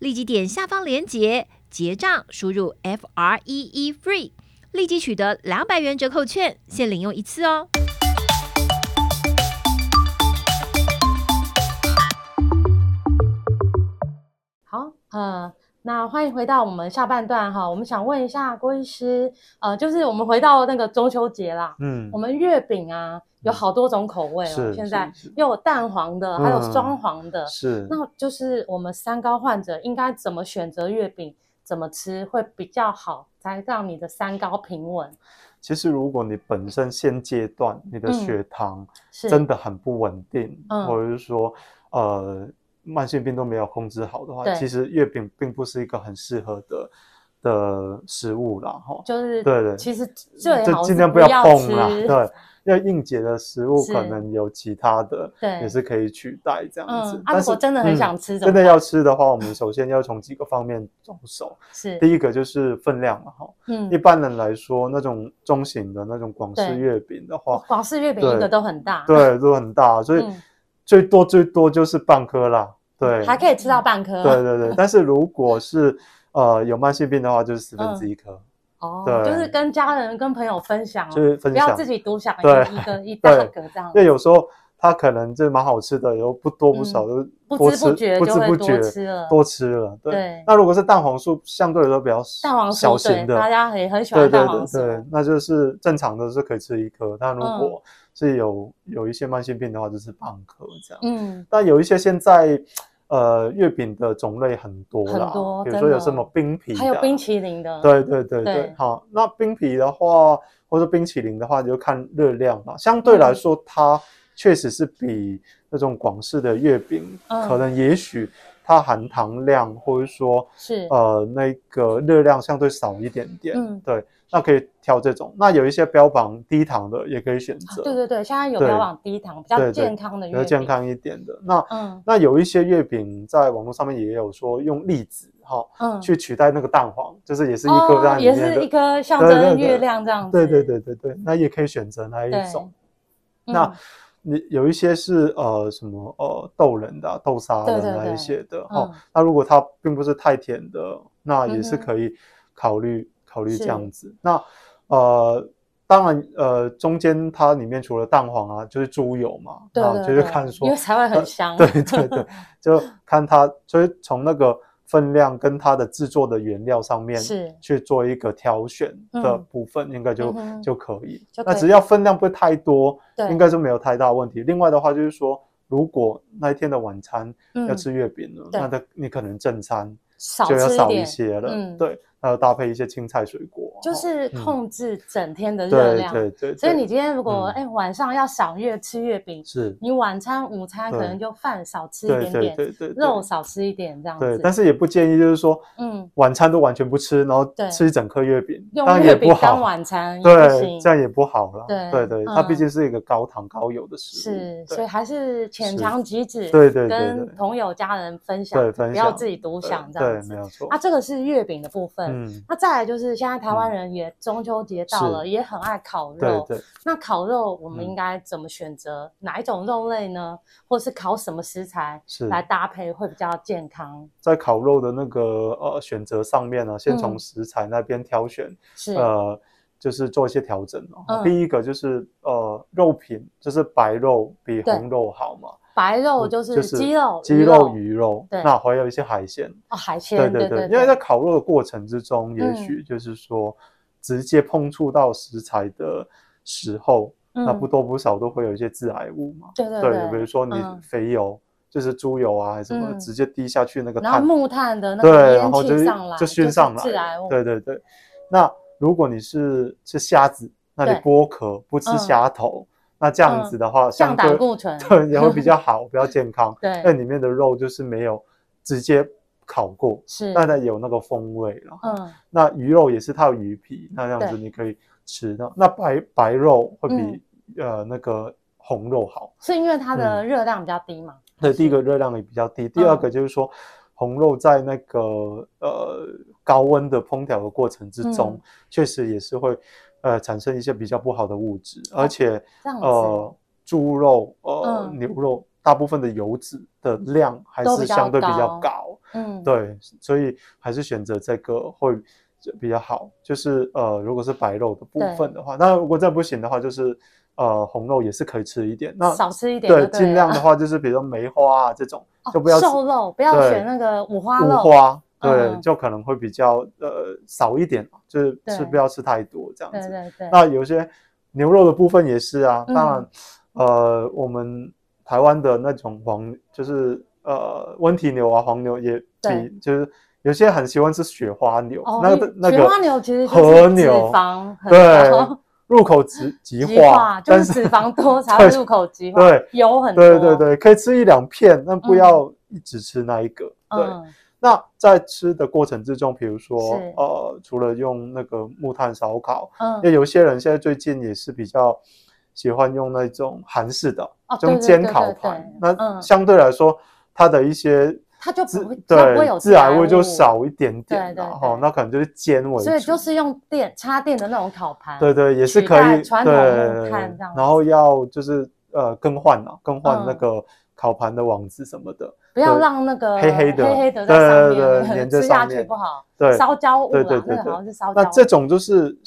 Speaker 1: 立即点下方链接结账，输入 F R E E FREE，立即取得两百元折扣券，限领用一次哦。
Speaker 3: 好，呃，那欢迎回到我们下半段哈。我们想问一下郭医师，呃，就是我们回到那个中秋节啦，
Speaker 4: 嗯
Speaker 3: 我，们月饼啊有好多种口味哦，
Speaker 4: 是
Speaker 3: 现在
Speaker 4: 是是
Speaker 3: 又有蛋黄的，还有
Speaker 4: 嗯
Speaker 3: 双黄的，
Speaker 4: 是。
Speaker 3: 那就是我们三高患者应该怎么选择月饼，怎么吃会比较好，才让你的三高平稳？
Speaker 4: 其实如果你本身现阶段你的
Speaker 3: 嗯
Speaker 4: 血糖
Speaker 3: 是
Speaker 4: 真的很不稳定，
Speaker 3: 嗯
Speaker 4: 或者是说呃慢性病都没有控制好的话，
Speaker 3: 对
Speaker 4: 其实月饼并不是一个很适合的的食物啦，哈。
Speaker 3: 就是
Speaker 4: 对对
Speaker 3: 其实最
Speaker 4: 就
Speaker 3: 好
Speaker 4: 尽
Speaker 3: 是
Speaker 4: 量
Speaker 3: 不
Speaker 4: 不要碰
Speaker 3: 吃
Speaker 4: 啦，对。要应节的食物可
Speaker 3: 是
Speaker 4: 能有其他的，
Speaker 3: 对
Speaker 4: 也是可以取代这样
Speaker 3: 嗯。
Speaker 4: 子
Speaker 3: 啊
Speaker 4: 但
Speaker 3: 如果
Speaker 4: 是
Speaker 3: 真的很
Speaker 4: 嗯
Speaker 3: 想吃怎
Speaker 4: 真
Speaker 3: 么
Speaker 4: 的要吃的话，我们首先要从几个方面着手。
Speaker 3: 是
Speaker 4: 第一个就是分量嘛，哈，
Speaker 3: 嗯
Speaker 4: 一，般人来说，那种中型的那种广
Speaker 3: 对
Speaker 4: 式月饼的话，
Speaker 3: 广式哦月饼
Speaker 4: 对
Speaker 3: 一个都很 大，
Speaker 4: 对，都很大，所以
Speaker 3: 嗯
Speaker 4: 最多最多就是半颗啦。对，
Speaker 3: 还可以吃到半颗，
Speaker 4: 对对对。但是如果是呃有慢性病的话，就是四分之一颗，
Speaker 3: 哦，
Speaker 4: 对
Speaker 3: 就是跟家人跟朋友分享哦，
Speaker 4: 就是分
Speaker 3: 不要
Speaker 4: 享
Speaker 3: 自。己独享一
Speaker 4: 对
Speaker 3: 个一 个一大个这样
Speaker 4: 因，为有时候它可能就蛮好吃的，然后不多不少都
Speaker 3: 嗯不
Speaker 4: 多
Speaker 3: 知
Speaker 4: 吃，
Speaker 3: 不觉
Speaker 4: 不
Speaker 3: 就
Speaker 4: 知
Speaker 3: 会
Speaker 4: 不
Speaker 3: 多
Speaker 4: 觉
Speaker 3: 吃了
Speaker 4: 多吃了。
Speaker 3: 对
Speaker 4: 对。那如果是蛋黄酥，相对来说比较
Speaker 3: 蛋黄
Speaker 4: 小
Speaker 3: 酥对，
Speaker 4: 型的，
Speaker 3: 大家也很喜
Speaker 4: 对
Speaker 3: 欢
Speaker 4: 对
Speaker 3: 蛋黄
Speaker 4: 对对
Speaker 3: 酥，，
Speaker 4: 那就是正常的是可以吃一颗，但如
Speaker 3: 嗯
Speaker 4: 果是有有一些慢性病的话，就是半颗这样。
Speaker 3: 嗯，
Speaker 4: 但有一些现在呃月饼的种类很多啦，
Speaker 3: 很多
Speaker 4: 比如
Speaker 3: 真
Speaker 4: 说
Speaker 3: 的
Speaker 4: 有什么冰皮的，
Speaker 3: 还有冰淇淋的，
Speaker 4: 对对对
Speaker 3: 对
Speaker 4: 对，好，那冰皮的话，或者冰淇淋的话，你就看热量嘛。相对来说，它确实是比那种广式的月饼，
Speaker 3: 嗯
Speaker 4: 可能也许它含糖量或者说
Speaker 3: 是，
Speaker 4: 呃那个热量相对少一点点，
Speaker 3: 嗯
Speaker 4: 对，那可以挑这种。那有一些标榜低糖的也可以选择，
Speaker 3: 啊对对对，现在有
Speaker 4: 对
Speaker 3: 标榜低糖，比
Speaker 4: 对
Speaker 3: 较
Speaker 4: 对
Speaker 3: 健康的
Speaker 4: 比
Speaker 3: 月
Speaker 4: 较健
Speaker 3: 饼，
Speaker 4: 康一点的。那
Speaker 3: 嗯
Speaker 4: 那有一些月饼在网络上面也有说用栗子哈、
Speaker 3: 嗯，
Speaker 4: 去取代那个蛋黄，就是也是一
Speaker 3: 哦
Speaker 4: 颗在里
Speaker 3: 也
Speaker 4: 面的，
Speaker 3: 是一颗象
Speaker 4: 对对
Speaker 3: 征
Speaker 4: 对
Speaker 3: 月亮这样子，
Speaker 4: 对对对对对，那也可以选择那
Speaker 3: 对
Speaker 4: 一种。
Speaker 3: 嗯，
Speaker 4: 那你有一些是呃什么呃豆仁的啊、豆沙
Speaker 3: 对
Speaker 4: 仁
Speaker 3: 对
Speaker 4: 啊
Speaker 3: 对
Speaker 4: 一些的哈、
Speaker 3: 嗯
Speaker 4: 那如果它并不是太甜的，那也是
Speaker 3: 嗯哼
Speaker 4: 可以考虑、考虑
Speaker 3: 是
Speaker 4: 这样子。那呃，当然呃中间它里面除了蛋黄啊，就是猪油嘛，
Speaker 3: 对
Speaker 4: 啊
Speaker 3: 对
Speaker 4: 就是
Speaker 3: 对
Speaker 4: 看说
Speaker 3: 因为才会很
Speaker 4: 呃
Speaker 3: 香，
Speaker 4: 对对对， 就看它，所以从那个分量跟它的制作的原料上面
Speaker 3: 是
Speaker 4: 去做一个挑选的
Speaker 3: 嗯
Speaker 4: 部分，应该就、
Speaker 3: 嗯哼
Speaker 4: 就可以
Speaker 3: 就。可
Speaker 4: 那
Speaker 3: 以
Speaker 4: 只要分量不会太多，
Speaker 3: 对
Speaker 4: 应该就没有太大问题。另外的话就是说，如果那一天的晚餐要
Speaker 3: 嗯
Speaker 4: 吃月饼了，
Speaker 3: 对
Speaker 4: 那它你可能正餐
Speaker 3: 少
Speaker 4: 就要
Speaker 3: 吃
Speaker 4: 少一
Speaker 3: 点，
Speaker 4: 些了，
Speaker 3: 嗯
Speaker 4: 对，还有搭配一些青菜水果，
Speaker 3: 就
Speaker 4: 哦
Speaker 3: 是
Speaker 4: 嗯
Speaker 3: 控制整天的热
Speaker 4: 对
Speaker 3: 量，
Speaker 4: 对对，
Speaker 3: 所以
Speaker 4: 对
Speaker 3: 你今天如果
Speaker 4: 嗯
Speaker 3: 哎晚上要赏月吃月饼，
Speaker 4: 是
Speaker 3: 你晚餐、午餐可
Speaker 4: 对
Speaker 3: 能就饭少吃一
Speaker 4: 对
Speaker 3: 点
Speaker 4: 对
Speaker 3: 点，
Speaker 4: 对对
Speaker 3: 肉
Speaker 4: 对
Speaker 3: 少吃一点这样
Speaker 4: 对，
Speaker 3: 子。
Speaker 4: 但是也不建议就是说。
Speaker 3: 嗯，
Speaker 4: 晚餐都完全不吃，然后
Speaker 3: 对
Speaker 4: 吃一整颗月饼，
Speaker 3: 用
Speaker 4: 当然
Speaker 3: 月
Speaker 4: 也
Speaker 3: 饼
Speaker 4: 不
Speaker 3: 当
Speaker 4: 好，
Speaker 3: 晚餐也不
Speaker 4: 对，
Speaker 3: 行，
Speaker 4: 这样也不好啦。
Speaker 3: 对
Speaker 4: 对对，它毕
Speaker 3: 嗯
Speaker 4: 竟是一个高糖高油的食物，
Speaker 3: 是，
Speaker 4: 对
Speaker 3: 所以还是浅
Speaker 4: 是
Speaker 3: 尝即止，
Speaker 4: 对对对
Speaker 3: 跟
Speaker 4: 对
Speaker 3: 朋友、家人分享，
Speaker 4: 对分
Speaker 3: 不要
Speaker 4: 享
Speaker 3: 自己独
Speaker 4: 对
Speaker 3: 享这
Speaker 4: 对
Speaker 3: 样，
Speaker 4: 没
Speaker 3: 子。
Speaker 4: 有错
Speaker 3: 啊，。这个是月饼的部分。
Speaker 4: 嗯，
Speaker 3: 那再来就是现在台湾
Speaker 4: 嗯
Speaker 3: 人也中秋节到
Speaker 4: 是
Speaker 3: 了，也很爱烤
Speaker 4: 对
Speaker 3: 肉。
Speaker 4: 对，
Speaker 3: 那烤肉我们
Speaker 4: 嗯
Speaker 3: 应该怎么选择哪一种肉类呢？或是烤什么食材
Speaker 4: 是
Speaker 3: 来搭配会比较健康？
Speaker 4: 在烤肉的那个呃选择上面呢，先
Speaker 3: 嗯
Speaker 4: 从食材那边挑选，
Speaker 3: 是，
Speaker 4: 呃，就是做一些调整
Speaker 3: 嗯
Speaker 4: 哦。第一个就是呃肉品，就是白肉比
Speaker 3: 对
Speaker 4: 红肉好嘛，
Speaker 3: 白肉
Speaker 4: 嗯
Speaker 3: 就是鸡肉、
Speaker 4: 鸡
Speaker 3: 鱼
Speaker 4: 肉、鱼肉，
Speaker 3: 对
Speaker 4: 那还有一些海鲜，
Speaker 3: 哦，海
Speaker 4: 对
Speaker 3: 鲜，
Speaker 4: 对
Speaker 3: 对，嗯
Speaker 4: 因为在烤肉的过程之中，也许就是说直接碰触到食材的时候，那
Speaker 3: 嗯
Speaker 4: 不多不少都会有一些致癌物嘛。
Speaker 3: 对对
Speaker 4: 比如说你
Speaker 3: 嗯
Speaker 4: 肥油，就是猪油啊，还是什么、
Speaker 3: 嗯
Speaker 4: 直接滴下去那个
Speaker 3: 然后
Speaker 4: 碳，
Speaker 3: 木炭的那
Speaker 4: 对，
Speaker 3: 个
Speaker 4: 然
Speaker 3: 烟
Speaker 4: 后就
Speaker 3: 气
Speaker 4: 是
Speaker 3: 上来，
Speaker 4: 就
Speaker 3: 熏
Speaker 4: 熏上来
Speaker 3: 致癌物
Speaker 4: 了，，对对对。那如果你是吃虾子，那你
Speaker 3: 对
Speaker 4: 剥壳不吃
Speaker 3: 嗯
Speaker 4: 虾头，那这样
Speaker 3: 嗯
Speaker 4: 子的话，
Speaker 3: 像
Speaker 4: 相
Speaker 3: 胆
Speaker 4: 对
Speaker 3: 固醇，
Speaker 4: 对也会比较好，比较健康。那
Speaker 3: 对，
Speaker 4: 里面的肉就是没有直接烤过，
Speaker 3: 是，
Speaker 4: 那它有那个风味了。
Speaker 3: 嗯，
Speaker 4: 那鱼肉也是它有鱼皮，那这样子
Speaker 3: 对
Speaker 4: 你可以吃到。那白白肉会比、
Speaker 3: 嗯
Speaker 4: 呃那个红肉好。
Speaker 3: 是因为它
Speaker 4: 嗯
Speaker 3: 的热量比较低嘛，
Speaker 4: 那第一个热量也比较低，第二个就是说，红肉在那个呃高温的烹调的过程之中，
Speaker 3: 嗯
Speaker 4: 确实也是会呃产生一些比较不好的物质，而且
Speaker 3: 哦这样子
Speaker 4: 呃猪肉呃、
Speaker 3: 嗯
Speaker 4: 牛肉大部分的油脂的量还
Speaker 3: 都
Speaker 4: 是
Speaker 3: 比较
Speaker 4: 相对比较
Speaker 3: 高
Speaker 4: 高，
Speaker 3: 嗯，
Speaker 4: 对，所以还是选择这个会比较好。就是呃，如果是白肉的部分的话，那如果再不行的话，就是呃红肉也是可以吃一点。那
Speaker 3: 少吃一点就
Speaker 4: 对，
Speaker 3: 对
Speaker 4: 尽量
Speaker 3: 了
Speaker 4: 的话就是比如说梅花啊这种，
Speaker 3: 哦
Speaker 4: 就不要吃
Speaker 3: 瘦肉，不要
Speaker 4: 对
Speaker 3: 选那个五花
Speaker 4: 五
Speaker 3: 肉，
Speaker 4: 花，对，
Speaker 3: 嗯
Speaker 4: 就可能会比较呃少一点，就是吃
Speaker 3: 对
Speaker 4: 不要吃太多这样
Speaker 3: 对
Speaker 4: 子。
Speaker 3: 对对，
Speaker 4: 那有些牛肉的部分也是啊，当然
Speaker 3: 嗯，
Speaker 4: 呃，我们台湾的那种黄，就是呃温体牛啊、黄牛也
Speaker 3: 对
Speaker 4: 比就是有些很喜欢吃雪花牛，
Speaker 3: 哦
Speaker 4: 那
Speaker 3: 因
Speaker 4: 个
Speaker 3: 为
Speaker 4: 那
Speaker 3: 雪
Speaker 4: 个
Speaker 3: 花牛其实就是
Speaker 4: 和
Speaker 3: 脂
Speaker 4: 牛
Speaker 3: 肪很
Speaker 4: 对
Speaker 3: 高
Speaker 4: 入口 即即
Speaker 3: 极化，就
Speaker 4: 但
Speaker 3: 是
Speaker 4: 是
Speaker 3: 脂肪 多才会
Speaker 4: 对
Speaker 3: 入口即化，
Speaker 4: 对
Speaker 3: 油很多，
Speaker 4: 对对，对，可以吃一两片，但不要一直吃那一个。对，
Speaker 3: 嗯，
Speaker 4: 那在吃的过程之中，比如说
Speaker 3: 是
Speaker 4: 呃，除了用那个木炭烧烤，因为
Speaker 3: 嗯，
Speaker 4: 有些人现在最近也是比较喜欢用那种韩式的，
Speaker 3: 哦
Speaker 4: 这种
Speaker 3: 对对
Speaker 4: 煎
Speaker 3: 对
Speaker 4: 烤
Speaker 3: 对
Speaker 4: 盘，
Speaker 3: 对嗯
Speaker 4: 那相对来说，它的一些
Speaker 3: 它就
Speaker 4: 致
Speaker 3: 不会比较不会有
Speaker 4: 对致癌
Speaker 3: 物
Speaker 4: 物就，少一点
Speaker 3: 对
Speaker 4: 点
Speaker 3: 对
Speaker 4: 然后
Speaker 3: 对
Speaker 4: 那可能就是煎为主，
Speaker 3: 所以就是用电插电的那种烤盘，
Speaker 4: 对对也是
Speaker 3: 取
Speaker 4: 可
Speaker 3: 代
Speaker 4: 以
Speaker 3: 传
Speaker 4: 对
Speaker 3: 统木炭这样，
Speaker 4: 然后要就是呃更换啊，更换那
Speaker 3: 嗯
Speaker 4: 个烤盘的网子什么的，
Speaker 3: 不要
Speaker 4: 对
Speaker 3: 让那个
Speaker 4: 黑黑的
Speaker 3: 黑黑的在上面，
Speaker 4: 对对对粘在
Speaker 3: 吃下
Speaker 4: 上
Speaker 3: 去
Speaker 4: 面
Speaker 3: 不好，
Speaker 4: 对
Speaker 3: 烧焦物
Speaker 4: 对
Speaker 3: 啦
Speaker 4: 对，
Speaker 3: 那
Speaker 4: 对
Speaker 3: 个好像
Speaker 4: 对，
Speaker 3: 是烧焦
Speaker 4: 那
Speaker 3: 物，
Speaker 4: 这种就是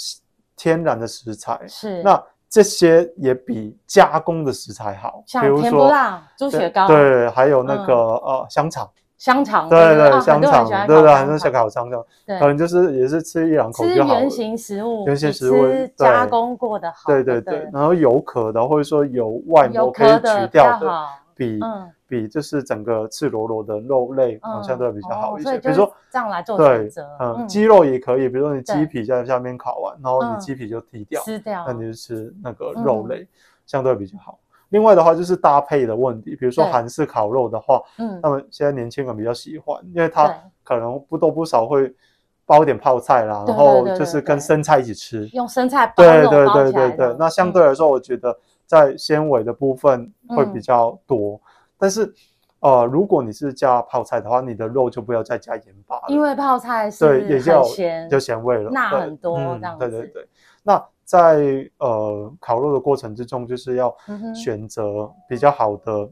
Speaker 4: 天然的食材，
Speaker 3: 是
Speaker 4: 那这些也比加工的食材好，
Speaker 3: 像
Speaker 4: 比如
Speaker 3: 甜不
Speaker 4: 说
Speaker 3: 辣猪
Speaker 4: 对
Speaker 3: 血糕
Speaker 4: 对，还有那
Speaker 3: 嗯
Speaker 4: 个呃香肠，
Speaker 3: 香肠，
Speaker 4: 对
Speaker 3: 对啊
Speaker 4: 对，香肠，对对，很多小
Speaker 3: 小
Speaker 4: 烤香肠，
Speaker 3: 对
Speaker 4: 可能就是也是吃一两口
Speaker 3: 吃
Speaker 4: 就好了
Speaker 3: 原。形食物，
Speaker 4: 原形
Speaker 3: 比
Speaker 4: 食物
Speaker 3: 吃
Speaker 4: 对
Speaker 3: 加工过的好，
Speaker 4: 对
Speaker 3: 对
Speaker 4: 对对，然后有壳的或者说有外
Speaker 3: 有
Speaker 4: 膜可以
Speaker 3: 壳的
Speaker 4: 取
Speaker 3: 比较
Speaker 4: 掉的，
Speaker 3: 好，
Speaker 4: 比
Speaker 3: 嗯
Speaker 4: 比就是整个赤裸裸的肉类好
Speaker 3: 嗯，
Speaker 4: 像都比较好
Speaker 3: 哦
Speaker 4: 一
Speaker 3: 所以
Speaker 4: 些。比
Speaker 3: 就
Speaker 4: 如
Speaker 3: 是
Speaker 4: 说
Speaker 3: 这样来做选
Speaker 4: 对
Speaker 3: 择，，
Speaker 4: 嗯，鸡肉也可以，比如说你鸡
Speaker 3: 对
Speaker 4: 皮在下面烤完，然后
Speaker 3: 嗯
Speaker 4: 你鸡皮就剔掉，
Speaker 3: 撕掉，
Speaker 4: 那你就吃那个
Speaker 3: 哦嗯
Speaker 4: 肉类，相对比较好。另外的话就是搭配的问题，比如说
Speaker 3: 对
Speaker 4: 韩式烤肉的话，
Speaker 3: 嗯
Speaker 4: 他们现在年轻人比较喜欢，因为
Speaker 3: 对
Speaker 4: 他可能不多不少会包点泡菜啦，
Speaker 3: 对对
Speaker 4: 然
Speaker 3: 对
Speaker 4: 后
Speaker 3: 对
Speaker 4: 就
Speaker 3: 对
Speaker 4: 是跟生菜一起吃。
Speaker 3: 用生菜包
Speaker 4: 对
Speaker 3: 肉
Speaker 4: 对
Speaker 3: 包
Speaker 4: 对
Speaker 3: 起来
Speaker 4: 对
Speaker 3: 的嗯
Speaker 4: 对，那相对来说，我觉得在纤维的部分会比
Speaker 3: 嗯
Speaker 4: 较多，但是呃，如果你是加泡菜的话，你的肉就不要再加盐巴了，
Speaker 3: 因为泡菜是
Speaker 4: 对也就
Speaker 3: 很
Speaker 4: 有
Speaker 3: 咸，
Speaker 4: 就咸味了，
Speaker 3: 钠
Speaker 4: 对
Speaker 3: 很多
Speaker 4: 嗯
Speaker 3: 这样
Speaker 4: 对对
Speaker 3: 子
Speaker 4: 对，那在呃烤肉的过程之中，就是要
Speaker 3: 嗯哼
Speaker 4: 选择比较好的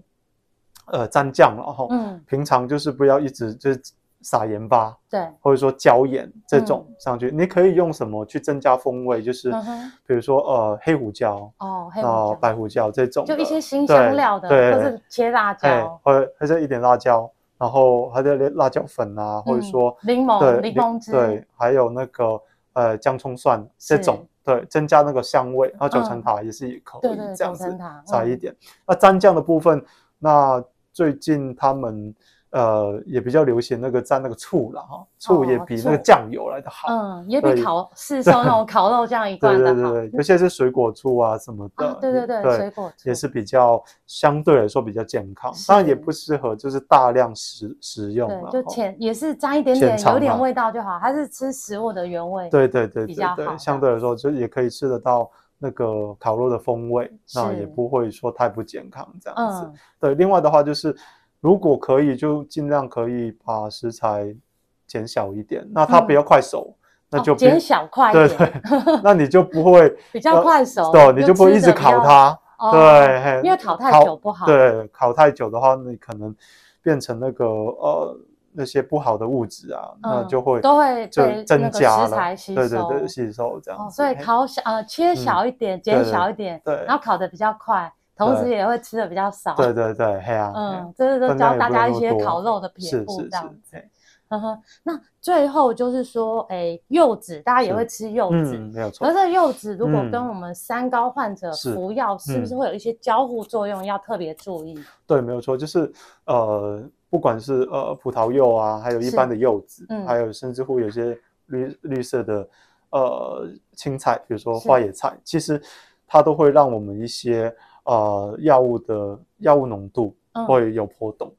Speaker 4: 呃蘸酱了哈。
Speaker 3: 嗯
Speaker 4: 平常就是不要一直就是撒盐巴，
Speaker 3: 对，
Speaker 4: 或者说椒盐这种上去，你可以用什么去增加风味？就是
Speaker 3: 嗯哼
Speaker 4: 比如说呃黑胡椒
Speaker 3: 哦，黑
Speaker 4: 然
Speaker 3: 胡椒
Speaker 4: 后白胡椒这种的，
Speaker 3: 就一些新
Speaker 4: 对
Speaker 3: 香料的，
Speaker 4: 对，
Speaker 3: 或是切辣
Speaker 4: 哎
Speaker 3: 椒，
Speaker 4: 或者或者一点辣椒，然后还有辣椒粉啊，或者
Speaker 3: 嗯
Speaker 4: 说
Speaker 3: 柠檬
Speaker 4: 对
Speaker 3: 柠檬汁
Speaker 4: 对，还有那个呃姜葱蒜这
Speaker 3: 是
Speaker 4: 种，对，增加那个香味。然后九
Speaker 3: 嗯
Speaker 4: 层塔也是可
Speaker 3: 对
Speaker 4: 以
Speaker 3: 对
Speaker 4: 这样
Speaker 3: 九
Speaker 4: 子
Speaker 3: 层塔
Speaker 4: 撒一
Speaker 3: 嗯
Speaker 4: 点。那蘸酱的部分，那最近他们呃也比较流行那个蘸那个醋了哈，醋也
Speaker 3: 哦
Speaker 4: 比那个
Speaker 3: 醋
Speaker 4: 酱油来的好。
Speaker 3: 嗯，也
Speaker 4: 对
Speaker 3: 比烤市售那种烤肉酱一
Speaker 4: 对
Speaker 3: 罐
Speaker 4: 对
Speaker 3: 的
Speaker 4: 对
Speaker 3: 好。
Speaker 4: 对，有些是水果醋啊什么的，
Speaker 3: 啊，对对对，水果
Speaker 4: 也
Speaker 3: 醋
Speaker 4: 是比较相对来说比较健康，当然也
Speaker 3: 是
Speaker 4: 不适合就是大量食食用了
Speaker 3: 对，就
Speaker 4: 吼
Speaker 3: 浅也是沾一点
Speaker 4: 浅
Speaker 3: 点，有
Speaker 4: 尝
Speaker 3: 点
Speaker 4: 嘛
Speaker 3: 味道就好。它是吃食物的原味，
Speaker 4: 对对对
Speaker 3: 比
Speaker 4: 对
Speaker 3: 较好
Speaker 4: 对，
Speaker 3: 这样
Speaker 4: 相对来说就也可以吃得到那个烤肉的风味，那
Speaker 3: 是
Speaker 4: 也不会说太不健康这样子。
Speaker 3: 嗯，
Speaker 4: 对，另外的话就是，如果可以就尽量可以把食材减小一点，那它不
Speaker 3: 嗯
Speaker 4: 要快熟，那
Speaker 3: 哦
Speaker 4: 就
Speaker 3: 减
Speaker 4: 不
Speaker 3: 小块一
Speaker 4: 对
Speaker 3: 点，
Speaker 4: 对，那你就不会
Speaker 3: 比较
Speaker 4: 呃
Speaker 3: 快熟，
Speaker 4: 对，你就不会
Speaker 3: 吃
Speaker 4: 一直
Speaker 3: 得比
Speaker 4: 烤
Speaker 3: 较，
Speaker 4: 它。
Speaker 3: 哦
Speaker 4: 对，嘿
Speaker 3: 因为烤太久不好
Speaker 4: 对，烤太久的话，你可能变成那个呃那些不好的物质啊，那
Speaker 3: 嗯
Speaker 4: 就会
Speaker 3: 都会
Speaker 4: 就
Speaker 3: 被那
Speaker 4: 增
Speaker 3: 个
Speaker 4: 加
Speaker 3: 食
Speaker 4: 了
Speaker 3: 材吸
Speaker 4: 对对
Speaker 3: 收
Speaker 4: 对，吸收这样
Speaker 3: 哦，
Speaker 4: 子。
Speaker 3: 所以
Speaker 4: 嘿
Speaker 3: 烤小呃切小一点，减
Speaker 4: 对对
Speaker 3: 小一点，
Speaker 4: 对
Speaker 3: 然后烤的比较快，同时
Speaker 4: 对
Speaker 3: 也会吃的比较少。
Speaker 4: 对对对，嘿啊，嘿啊
Speaker 3: 嗯，这是都
Speaker 4: 分
Speaker 3: 教
Speaker 4: 量也
Speaker 3: 大
Speaker 4: 不会
Speaker 3: 家
Speaker 4: 那
Speaker 3: 一
Speaker 4: 么
Speaker 3: 些
Speaker 4: 多
Speaker 3: 烤肉的
Speaker 4: 是哎
Speaker 3: 撇步
Speaker 4: 是
Speaker 3: 这样
Speaker 4: 是，嘿
Speaker 3: 呵呵，那最后就是说，哎，柚子大家也
Speaker 4: 是
Speaker 3: 会吃柚子，
Speaker 4: 嗯，没有错
Speaker 3: 可是。这柚子如果跟
Speaker 4: 嗯
Speaker 3: 我们三高患者
Speaker 4: 是
Speaker 3: 服药，是不是
Speaker 4: 嗯
Speaker 3: 会有一些交互作用，要特别注意？
Speaker 4: 对，没有错，就是呃，不管是呃葡萄柚啊，还有一
Speaker 3: 是
Speaker 4: 般的柚子，
Speaker 3: 嗯
Speaker 4: 还有甚至乎有一些绿绿色的呃青菜，比如说
Speaker 3: 是
Speaker 4: 花野菜，其实它都会让我们一些呃药物的药物浓度
Speaker 3: 嗯
Speaker 4: 会有波动。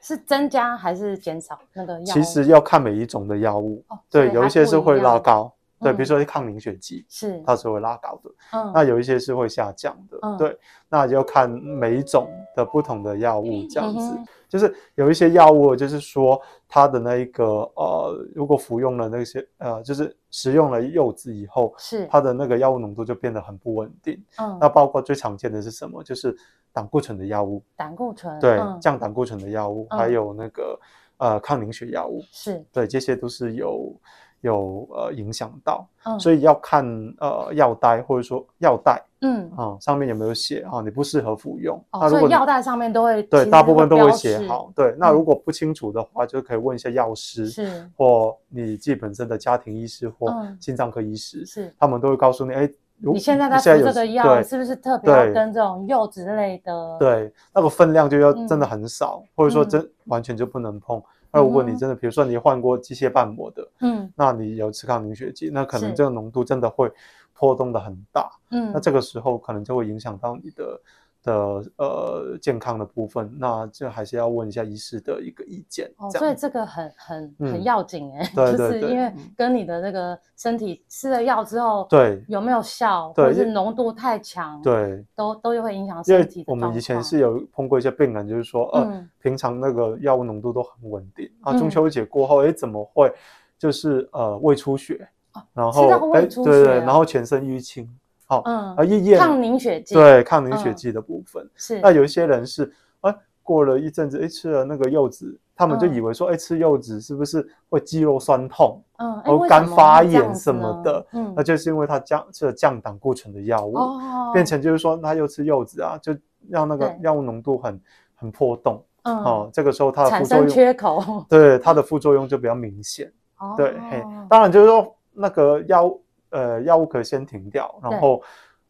Speaker 3: 是增加还是减少那个药物？
Speaker 4: 其实要看每一种的药物，
Speaker 3: 哦所
Speaker 4: 对，
Speaker 3: 以
Speaker 4: 有
Speaker 3: 还
Speaker 4: 一些
Speaker 3: 不
Speaker 4: 是会
Speaker 3: 样
Speaker 4: 拉高，对，
Speaker 3: 嗯
Speaker 4: 比如说抗凝血剂，
Speaker 3: 是，
Speaker 4: 它是会拉高的。
Speaker 3: 嗯，
Speaker 4: 那有一些是会下降的，
Speaker 3: 嗯
Speaker 4: 对，那就看每一种的不同的药物这样子，
Speaker 3: 嗯哼
Speaker 4: 就是有一些药物，就是说它的那一个呃，如果服用了那些呃，就是食用了柚子以后，
Speaker 3: 是，
Speaker 4: 它的那个药物浓度就变得很不稳定。
Speaker 3: 嗯，
Speaker 4: 那包括最常见的是什么？就是胆固醇的药物，
Speaker 3: 胆固醇，
Speaker 4: 对，
Speaker 3: 嗯
Speaker 4: 降胆固醇的药物，还
Speaker 3: 嗯
Speaker 4: 有那个呃抗凝血药物，
Speaker 3: 是，
Speaker 4: 对，这些都是有有呃影响到，
Speaker 3: 嗯，
Speaker 4: 所
Speaker 3: 以，
Speaker 4: 以要看呃药袋或者说药袋。
Speaker 3: 嗯，
Speaker 4: 啊、上面有没有写啊、你不适合服用。
Speaker 3: 哦，
Speaker 4: 那如
Speaker 3: 所
Speaker 4: 果
Speaker 3: 以
Speaker 4: 你
Speaker 3: 药袋上面都会，
Speaker 4: 对
Speaker 3: 其
Speaker 4: 大
Speaker 3: 实
Speaker 4: 部分都
Speaker 3: 标
Speaker 4: 会写
Speaker 3: 示，
Speaker 4: 好。对，那
Speaker 3: 嗯
Speaker 4: 如果不清楚的话，就可以问一下药师
Speaker 3: 是
Speaker 4: 或你自己本身的家庭医师或
Speaker 3: 嗯
Speaker 4: 心脏科医师，
Speaker 3: 是。
Speaker 4: 他们都会告诉你，哎，如
Speaker 3: 你现在在
Speaker 4: 你
Speaker 3: 服这
Speaker 4: 有
Speaker 3: 个药，
Speaker 4: 对
Speaker 3: 是不是特别要
Speaker 4: 对
Speaker 3: 跟这种柚子类的？，
Speaker 4: 对，那个分量就要真的
Speaker 3: 嗯
Speaker 4: 很少，或者说
Speaker 3: 嗯
Speaker 4: 真完全就不能碰。那如果
Speaker 3: 嗯
Speaker 4: 你
Speaker 3: 哼
Speaker 4: 真的，比如说你患过机械瓣膜的，
Speaker 3: 嗯
Speaker 4: 那你有吃抗凝血剂，那可能
Speaker 3: 是
Speaker 4: 这个浓度真的会波动的很大。
Speaker 3: 嗯，
Speaker 4: 那这个时候可能就会影响到你的的呃健康的部分，那这还是要问一下医师的一个意见。
Speaker 3: 哦，
Speaker 4: 这
Speaker 3: 所以
Speaker 4: 样
Speaker 3: 这个很很很
Speaker 4: 嗯
Speaker 3: 要紧哎，
Speaker 4: 对
Speaker 3: 就
Speaker 4: 对
Speaker 3: 是
Speaker 4: 对嗯
Speaker 3: 因为跟你的这个身体吃了药之后，
Speaker 4: 对
Speaker 3: 有没有效，
Speaker 4: 对
Speaker 3: 或者
Speaker 4: 因
Speaker 3: 是
Speaker 4: 为
Speaker 3: 浓度太强，，
Speaker 4: 对，
Speaker 3: 都都会影响
Speaker 4: 因
Speaker 3: 身
Speaker 4: 为
Speaker 3: 体的
Speaker 4: 我们以前
Speaker 3: 状
Speaker 4: 是有碰过一些病人，就是说呃、
Speaker 3: 嗯
Speaker 4: 平常那个药物浓度都很稳定，啊
Speaker 3: 嗯
Speaker 4: 中秋节过后，哎怎么会就是呃胃出血，然
Speaker 3: 哦吃到
Speaker 4: 后
Speaker 3: 胃
Speaker 4: 哎
Speaker 3: 出
Speaker 4: 对对对，
Speaker 3: 血
Speaker 4: 然后全身淤青，好、
Speaker 3: 况，
Speaker 4: 啊
Speaker 3: 嗯，
Speaker 4: 一验
Speaker 3: 抗凝血剂，，
Speaker 4: 对抗凝血
Speaker 3: 嗯
Speaker 4: 剂的部分。
Speaker 3: 是，
Speaker 4: 那有一些人是，哎、过了一阵子，哎、吃了那个柚子，他们就
Speaker 3: 嗯
Speaker 4: 以为说，哎、吃柚子是不是会肌肉酸痛？
Speaker 3: 嗯，哎
Speaker 4: 哦
Speaker 3: 为
Speaker 4: 肝
Speaker 3: 什么
Speaker 4: 发
Speaker 3: 会这样
Speaker 4: 炎
Speaker 3: 子
Speaker 4: 什么
Speaker 3: 呢
Speaker 4: 的
Speaker 3: 嗯
Speaker 4: 那，就是因为他降吃了降胆固醇的药物，
Speaker 3: 哦，
Speaker 4: 变成就是说，他又吃柚子啊，就让那个
Speaker 3: 对
Speaker 4: 药物浓度很很波动、
Speaker 3: 嗯
Speaker 4: 哦。这个时候它的
Speaker 3: 产
Speaker 4: 副作
Speaker 3: 生
Speaker 4: 用，
Speaker 3: 缺口，
Speaker 4: 对它的副作用就比较明显。
Speaker 3: 哦
Speaker 4: 对，嘿，当然就是说那个药物呃药物可以先停掉，
Speaker 3: 对
Speaker 4: 然后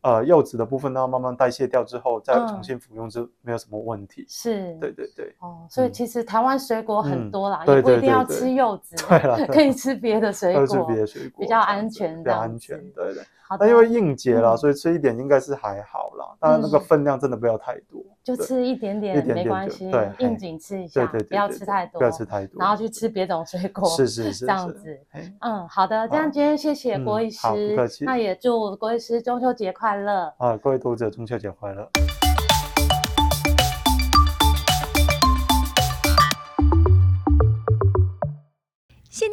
Speaker 4: 呃柚子的部分呢慢慢代谢掉之后再
Speaker 3: 嗯
Speaker 4: 重新服用是没有什么问题。
Speaker 3: 是，
Speaker 4: 对。对对，
Speaker 3: 哦，所以
Speaker 4: 嗯
Speaker 3: 其实台湾水果很
Speaker 4: 嗯
Speaker 3: 多啦，也
Speaker 4: 对
Speaker 3: 不一
Speaker 4: 对
Speaker 3: 定
Speaker 4: 对
Speaker 3: 要
Speaker 4: 对
Speaker 3: 吃柚子，
Speaker 4: 对啦对
Speaker 3: 可以吃别的 水
Speaker 4: 都
Speaker 3: 果，
Speaker 4: 是别的水果
Speaker 3: 较
Speaker 4: 这样
Speaker 3: 安
Speaker 4: 子
Speaker 3: 全
Speaker 4: 比
Speaker 3: 这
Speaker 4: 较
Speaker 3: 样
Speaker 4: 安全
Speaker 3: 子。
Speaker 4: 对对，
Speaker 3: 好
Speaker 4: 那
Speaker 3: 的，
Speaker 4: 因为应节啦，
Speaker 3: 嗯
Speaker 4: 所以吃一点应该是还好啦，当然那个
Speaker 3: 嗯
Speaker 4: 分量真的不要太多，
Speaker 3: 就
Speaker 4: 对
Speaker 3: 吃一点点
Speaker 4: 点
Speaker 3: 没
Speaker 4: 点
Speaker 3: 关
Speaker 4: 就
Speaker 3: 系
Speaker 4: 对，
Speaker 3: 应
Speaker 4: 嘿
Speaker 3: 景吃一
Speaker 4: 对
Speaker 3: 下，
Speaker 4: 对对，
Speaker 3: 不要
Speaker 4: 对
Speaker 3: 吃
Speaker 4: 对
Speaker 3: 太多，
Speaker 4: 不要吃太多，
Speaker 3: 然后去吃别种水果，
Speaker 4: 是是是
Speaker 3: 这样
Speaker 4: 是哎
Speaker 3: 子。
Speaker 4: 嘿
Speaker 3: 嗯，好的，这样
Speaker 4: 好
Speaker 3: 今天谢谢郭
Speaker 4: 嗯
Speaker 3: 医师，
Speaker 4: 好不客气
Speaker 3: 那也祝郭医师中秋节快乐。
Speaker 4: 啊，各位读者中秋节快乐。
Speaker 1: 现